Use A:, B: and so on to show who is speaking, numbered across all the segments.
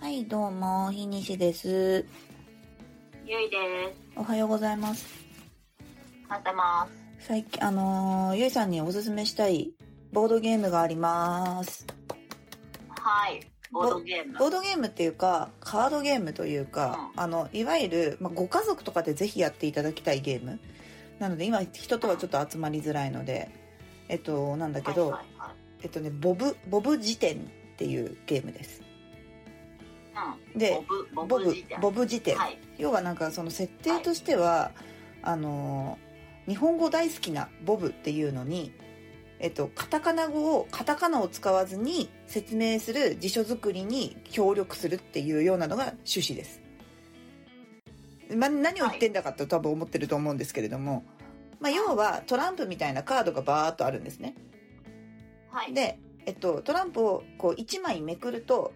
A: はい、どうも、ひにしです。
B: ゆいです。
A: おはようございます。
B: 待ってます。
A: 最近、あのーゆいさんにおすすめしたいボードゲームがあります。
B: はい。ボードゲーム。
A: ボードゲームっていうか、カードゲームというか、あの、いわゆる、まあ、ご家族とかでぜひやっていただきたいゲーム。なので、今、人とはちょっと集まりづらいので、えっと、なんだけど、
B: はいはい
A: えっとね、ボブ、ボブ辞典っていうゲームです。
B: はい、
A: で
B: うん。、ボ
A: ボ
B: ブ、ボブ
A: ブ
B: 辞典。、
A: ボブ辞典。
B: はい。
A: 要はなんかその設定としては、あのー日本語大好きなボブっていうのに、えっと、カタカナ語をカタカナを使わずに説明する辞書作りに協力するっていうようなのが趣旨です。ま、何を言ってんだかって多分思ってると思うんですけれども、まあ、要はトランプみたいなカードがバーっとあるんですね。
B: はい。
A: で、えっと、トランプをこう1枚めくると、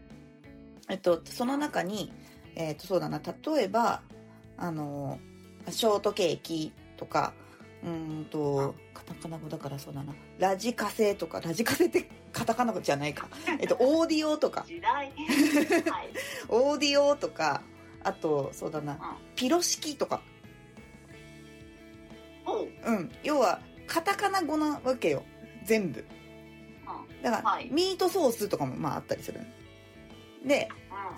A: えっと、その中に、えっと、そうだな、例えば、あの、ショートケーキとか、うーんと、カタカナ語だからそうだな、ラジカセとか、ラジカセってカタカナ語じゃないか。 えっと、オーディオとか、
B: 時代。はい。
A: オーディオとか、あと、そうだ
B: ん
A: な、ピロ式とか、
B: おう。
A: うん、要は、カタカナ語なわけよ、全部。
B: う
A: だから、
B: はい
A: ミートソースとかもまああったりする。で、
B: ん。うん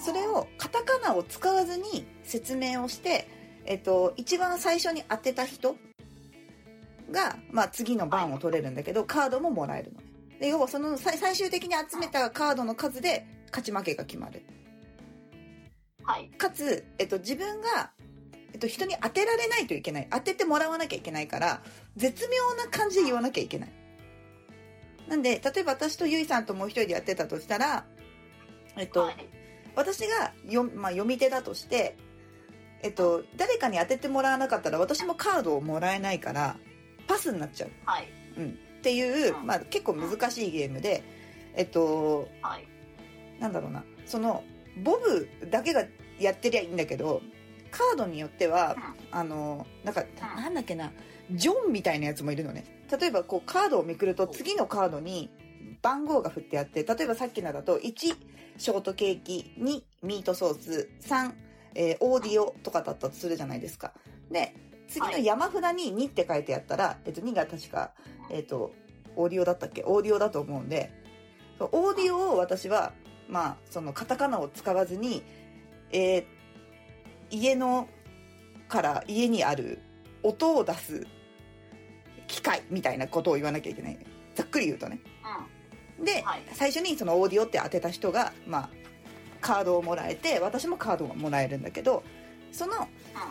A: それ。をカタカナを使わずに説明をして、えっと、一番最初に当てた人が、まあ、次の番を取れるんだけど、カードももらえるのね。で、要はその最最終的に集めたカードの数で勝ち負けが決まる。
B: はい。
A: かつ、えっと、自分が、えっと、人に当てられないといけない。当ててもらわなきゃいけないから、絶妙な感じで言わなきゃいけない。なんで、例えば私とゆいさんともう一人でやってたとしたら、えっと、
B: はい。
A: 私がよ、まあ、読み手だとして、えっと、誰かに当ててもらわなかったら私もカードをもらえないからパスになっちゃう
B: はい。
A: っていう、
B: うん
A: まあ、結構難しいゲームで、えっと、
B: はい。
A: なんだろうなそのボブだけがやってりゃいいんだけどカードによってはあのなんか
B: ん
A: なんだっけなジョンみたいなやつもいるのね例えばこうカードをめくると次のカードに番号が振ってあって例えばさっきのだと1ショートケーキ2ミートソース3、えーオーディオとかだったとするじゃないですかで次の山札に2って書いてあったら、えっと、2が確か、えっと、オーディオだったっけオーディオだと思うんで、そうオーディオを私は、まあ、そのカタカナを使わずに、えー家のから家にある音を出す機械みたいなことを言わなきゃいけない。ざっくり言うとね。で、
B: はい
A: 最初にそのオーディオって当てた人が、まあ、カードをもらえて、私もカードがもらえるんだけど、その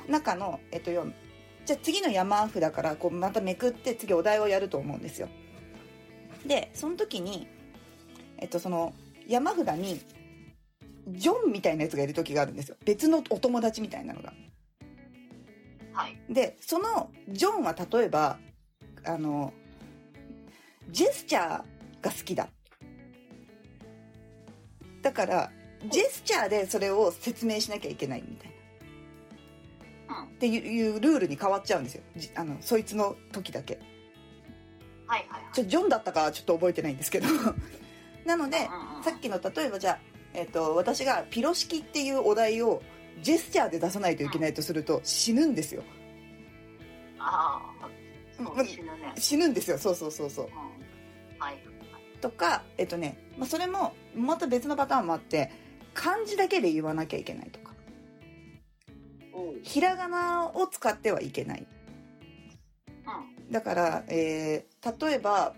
A: 中の、えっと、よじゃあ次の山札からこうまためくって次お題をやると思うんですよ。で、その時に、えっと、その山札に、ジョンみたいなやつがいる時があるんですよ。別のお友達みたいなのが。
B: うん。はい。
A: で、そのジョンは例えば、あの、ジェスチャーが好きだ。だから、ジェスチャーでそれを説明しなきゃいけないみたいな。
B: うん
A: っていうルールに変わっちゃうんですよ。じあの、そいつの時だけ。
B: はい。はい。
A: ちょ、ジョンだったかはちょっと覚えてないんですけど。 なので、
B: うんうん
A: さっきの例えばじゃあ、えっと私がピロ式っていうお題をジェスチャーで出さないといけないとすると死ぬんですよ。
B: ああ。そううん死ぬね。
A: 死ぬんですよ。そうそうそうそう。
B: うん。はい。
A: とか、えっとね、まあ、それも、また別のパターンもあって、漢字だけで言わなきゃいけないとか、
B: おう。うん。
A: ひらがなを使ってはいけない。だから、えー例えば、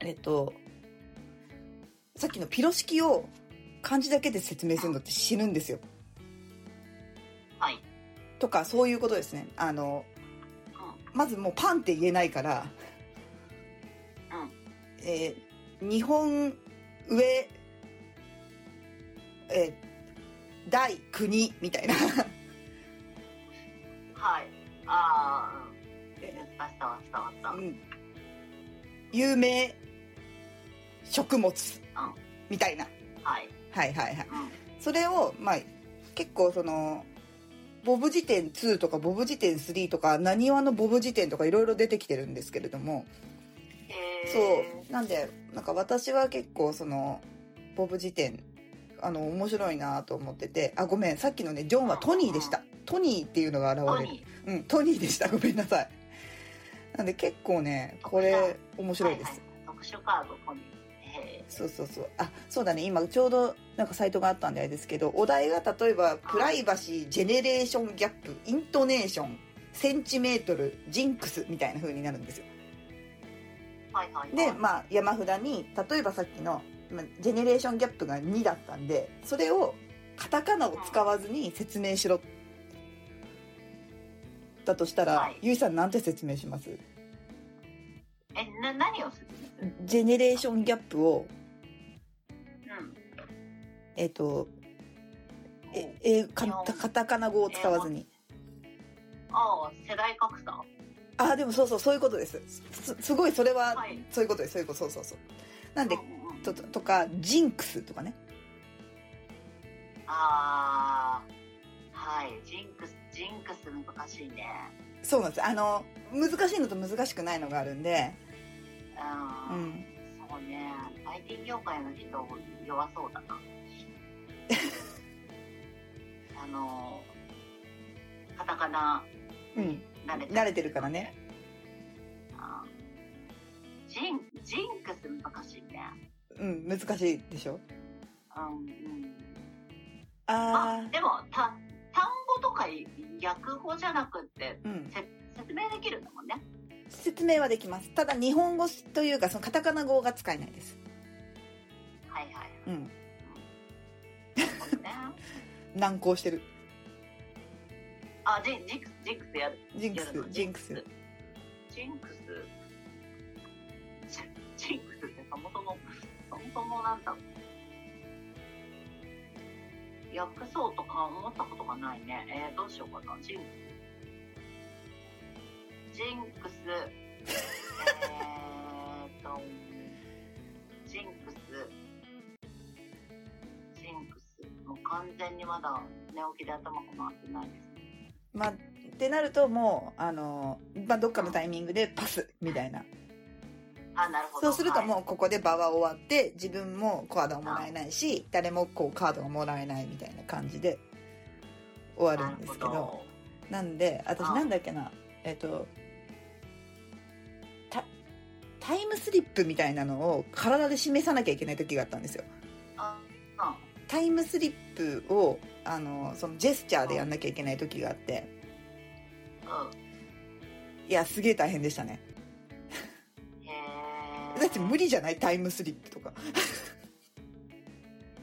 A: えっと、さっきのピロ式を漢字だけで説明するのって死ぬんですよ。
B: はい。
A: とか、そういうことですね。あの、まずもうパンって言えないから、えー日本上、えー大国みたいな。
B: はい。ああ。伝わったわ伝わった。
A: うん有名食物みたいな。
B: はい。
A: はいはいはい。
B: うん。
A: それを、まあ、結構その、ボブ辞典2とかボブ辞典3とか、なにわのボブ辞典とかいろいろ出てきてるんですけれども、
B: えー
A: そう。なんで、なんか私は結構その、ボブ辞典あの面白いなと思っててあごめんさっきのねジョンはトニーでしたトニーっていうのが
B: ト
A: 現れる
B: ニー
A: うんトニーでしたごめんなさいなんで結構ねこれ面白いです
B: はは特殊カードトニーへ
A: そうそうそうあそうだね今ちょうどなんかサイトがあったんであれですけどお題が例えばプライバシージェネレーションギャップイントネーションセンチメートルジンクスみたいな風になるんですよ
B: ーはいはいはい
A: でまあ山札に例えばさっきのまあジェネレーションギャップが2だったんでそれをカタカナを使わずに説明しろだとしたら、
B: はい
A: ゆいさんなんて説明します
B: えな何をするんです
A: ジェネレーションギャップを
B: うん
A: えっ、とええカタカタカナ語を使わずに
B: ああ世代格差
A: あでもそうそうそういうことですすすごいそれは、
B: はい
A: そういうことですそういうことそうそうそうなんで
B: うんうんうん
A: ととかジンクスとかね
B: ああはいジンクスジンクス難しいね
A: そうなんですあの難しいのと難しくないのがあるんでう
B: うん、
A: ん
B: そうね IT 業界の人弱そうだ なあのカタカナ
A: うん
B: 慣れて
A: 慣れてるからね
B: あージンジンクス難しいね
A: うん難しいでしょ
B: うんうん
A: あ
B: あでもた単語とか訳語じゃなくって
A: あうん
B: せ説明できるんだもんね
A: 説明はできますただ日本語というかそのカタカナ語が使えないです
B: はいはい
A: うん
B: そうね
A: 難航してる
B: あジンジンクスジンクスやる
A: ジンク
B: やる
A: ス
B: の
A: ジンクス
B: ジンクスジジンクスってそもそもそもそもなんだろう訳そうとか思ったことがないねえー、どうしようかなジンクスジンクスえーとジンクスジンクスもう完全にまだ寝起きで頭が回ってないですね
A: まあってなるともうあの、まあ、どっかのタイミングでパスみたいな
B: あなるほど
A: そうすると
B: はい
A: もうここで場は終わって自分もカードをもらえないし誰もこうカードをもらえないみたいな感じで終わるんですけ
B: なる
A: ど
B: ほ
A: なんで私
B: あ
A: なんだっけなえっとタタイムスリップみたいなのを体で示さなきゃいけない時があったんですよ
B: あうん
A: タイムスリップをあのそのジェスチャーでやんなきゃいけない時があって
B: う
A: いやすげえ大変でしたね
B: んへえ
A: だって無理じゃないタイムスリップとか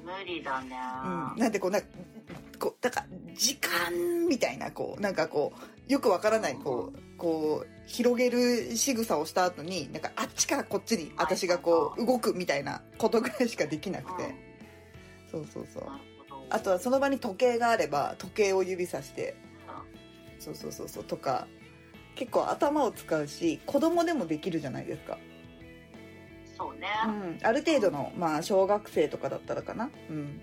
B: 無理だね、
A: うん、なんでこうなんかこうだから時間みたいなこうなんかこうよくわからないこうこう広げる仕草をした後になんかあっちからこっちに私がこう動くみたいなことぐらいしかできなくて、そうそうそう
B: なるほど
A: あとはその場に時計があれば時計を指さして
B: う
A: そうそうそうそうとか結構頭を使うし子供でもできるじゃないですか、
B: んそうね
A: うん、ある程度のまあ小学生とかだったらかなうん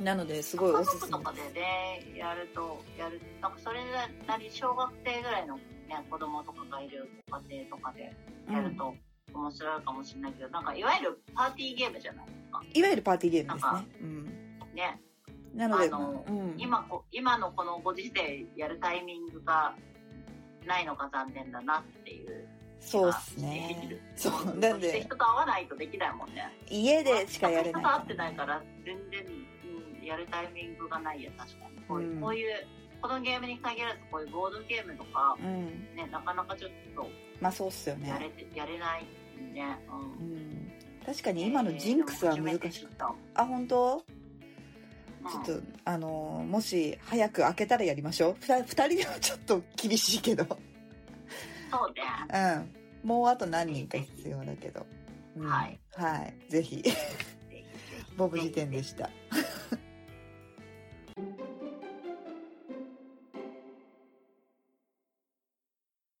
B: うん、
A: なのですごい
B: 家
A: おす
B: 族
A: す
B: と
A: め
B: かでねやるとやるなんかそれなり小学生ぐらいの、ね、子供とかがいるご家庭とかでやると面白いかもしれないけど、なんかいわゆるパーティーゲームじゃない
A: いわゆるパーティーゲームで
B: な
A: す
B: ん
A: ね。うん、
B: ね
A: なので、
B: あの
A: うん、
B: 今こ今のこのご時世やるタイミングがないのが残念だなっていう
A: そうです
B: でき
A: ね
B: る。
A: そう、なん
B: そして
A: で
B: 人と会わないとできないもんね
A: 家でしかやれない
B: 人と会ってないから全然、うん、やるタイミングがないや確かにこういう,、
A: うん
B: こういうこのゲームに限らずこういうボードゲームとか、
A: うん、
B: ね、なかなかちょっと
A: まあそうっすよ
B: やれ
A: ね。
B: て、やれないね、
A: う、
B: うん
A: 確かに今のジンクスは難し
B: えーでも初めて
A: い。
B: 知った
A: あ、本当？
B: うん
A: ちょっとあのーもし早く開けたらやりましょう。ふた二人で はちょっと厳しいけど、
B: そうね
A: うん、もうあと何人か必要だけど。うん
B: はい、
A: はい、ぜひ
B: ぜひぜひ
A: ボブ辞典でした。
B: ぜ